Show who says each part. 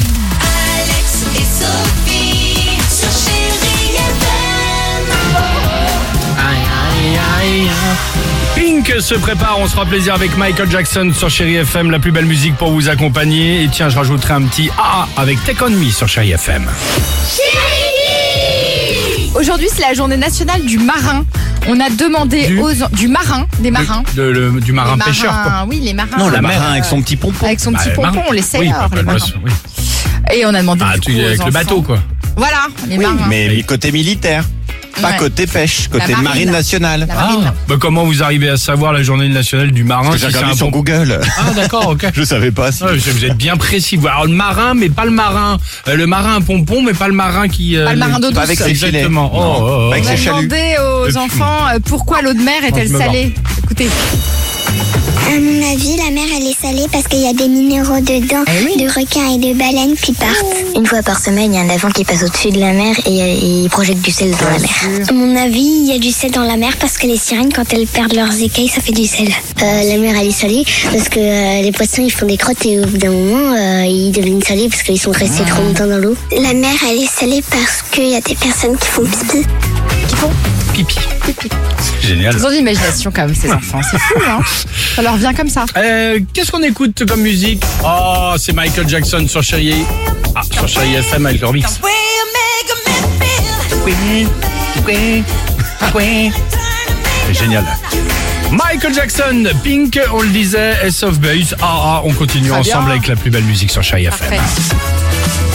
Speaker 1: Alex et Sophie sur Chérie FM.
Speaker 2: Pink se prépare, on se fera plaisir avec Michael Jackson sur Chéri FM, la plus belle musique pour vous accompagner. Et tiens, je rajouterai un petit AA avec Take On Me sur Chéri FM.
Speaker 3: Aujourd'hui, c'est la journée nationale du marin. On a demandé
Speaker 2: Du-
Speaker 3: aux du marin, des marins.
Speaker 2: De- le- du marin
Speaker 3: Les
Speaker 2: pêcheur, quoi.
Speaker 3: marins, Oui, les marins.
Speaker 4: Non, la
Speaker 2: la
Speaker 4: marin
Speaker 2: mer.
Speaker 4: avec son petit pompon.
Speaker 3: Avec son
Speaker 2: Bah,
Speaker 3: petit
Speaker 2: les
Speaker 3: pompon,
Speaker 2: marins.
Speaker 3: les
Speaker 2: Oui,
Speaker 3: sailors,
Speaker 2: pas
Speaker 3: les
Speaker 2: le
Speaker 3: marins.
Speaker 2: poisson, oui.
Speaker 3: Et on a demandé
Speaker 2: Ah,
Speaker 3: du
Speaker 2: tu
Speaker 3: coup, aux
Speaker 2: avec le
Speaker 3: enfants.
Speaker 2: bateau, quoi.
Speaker 3: Voilà, les marins.
Speaker 4: Mais côté militaire. Pas
Speaker 3: Ah, Ouais.
Speaker 4: côté pêche, côté
Speaker 3: marine.
Speaker 4: marine, nationale.
Speaker 3: La
Speaker 4: Parce
Speaker 3: marine.
Speaker 2: Ah, bah comment vous arrivez à savoir la journée nationale du marin
Speaker 4: que
Speaker 2: si
Speaker 4: J'ai
Speaker 2: c'est
Speaker 4: regardé
Speaker 2: un
Speaker 4: sur
Speaker 2: bon-
Speaker 4: Google.
Speaker 2: Ah d'accord, ok.
Speaker 4: Je savais pas si.
Speaker 2: Ah, vous vous êtes bien précis. Alors le marin, mais pas le marin. Euh, Le marin à pompon, mais pas le marin qui. euh,
Speaker 3: Pas le marin d'eau
Speaker 4: Pas
Speaker 3: douce.
Speaker 4: avec ses filets.
Speaker 2: Exactement. Oh,
Speaker 4: Non.
Speaker 2: oh, oh.
Speaker 4: Pas avec
Speaker 3: On
Speaker 4: ses
Speaker 3: a
Speaker 4: chaluts.
Speaker 3: demandé aux
Speaker 2: Depuis-
Speaker 3: enfants euh, pourquoi l'eau de mer est-elle
Speaker 2: je me
Speaker 3: salée. Écoutez,
Speaker 5: À mon avis, la mer, elle est salée parce qu'il y a des minéraux dedans, de requins et de baleines qui partent.
Speaker 6: Eh Une fois par semaine, il y a un avion qui passe au-dessus de la mer et, euh, il projette du sel dans la mer.
Speaker 5: À mon avis, il y a du sel dans la mer parce que les sirènes, quand elles perdent leurs écailles, ça fait du sel.
Speaker 6: Euh, la mer, elle est salée parce que euh, les poissons, ils font des crottes et au bout d'un moment, euh, ils deviennent salés parce qu'ils sont restés trop longtemps dans l'eau.
Speaker 5: Ah. La mer, elle est salée parce qu'il y a des personnes qui font pipi.
Speaker 2: oh. Pipi. C'est Génial.
Speaker 3: ils ont de l'imagination quand même, ces enfants. C'est fou, hein Ça leur vient comme ça.
Speaker 2: Euh, Qu'est-ce qu'on écoute comme musique Oh, c'est Michael Jackson sur Chéri. Ah, sur Chéri FM avec leur mix.
Speaker 1: Way you make me feel.
Speaker 2: C'est Génial. Michael Jackson, Pink, on le disait, S of Base. Ah, ah, on continue
Speaker 3: Très bien.
Speaker 2: ensemble avec la plus belle musique sur Chéri FM.
Speaker 3: Parfait.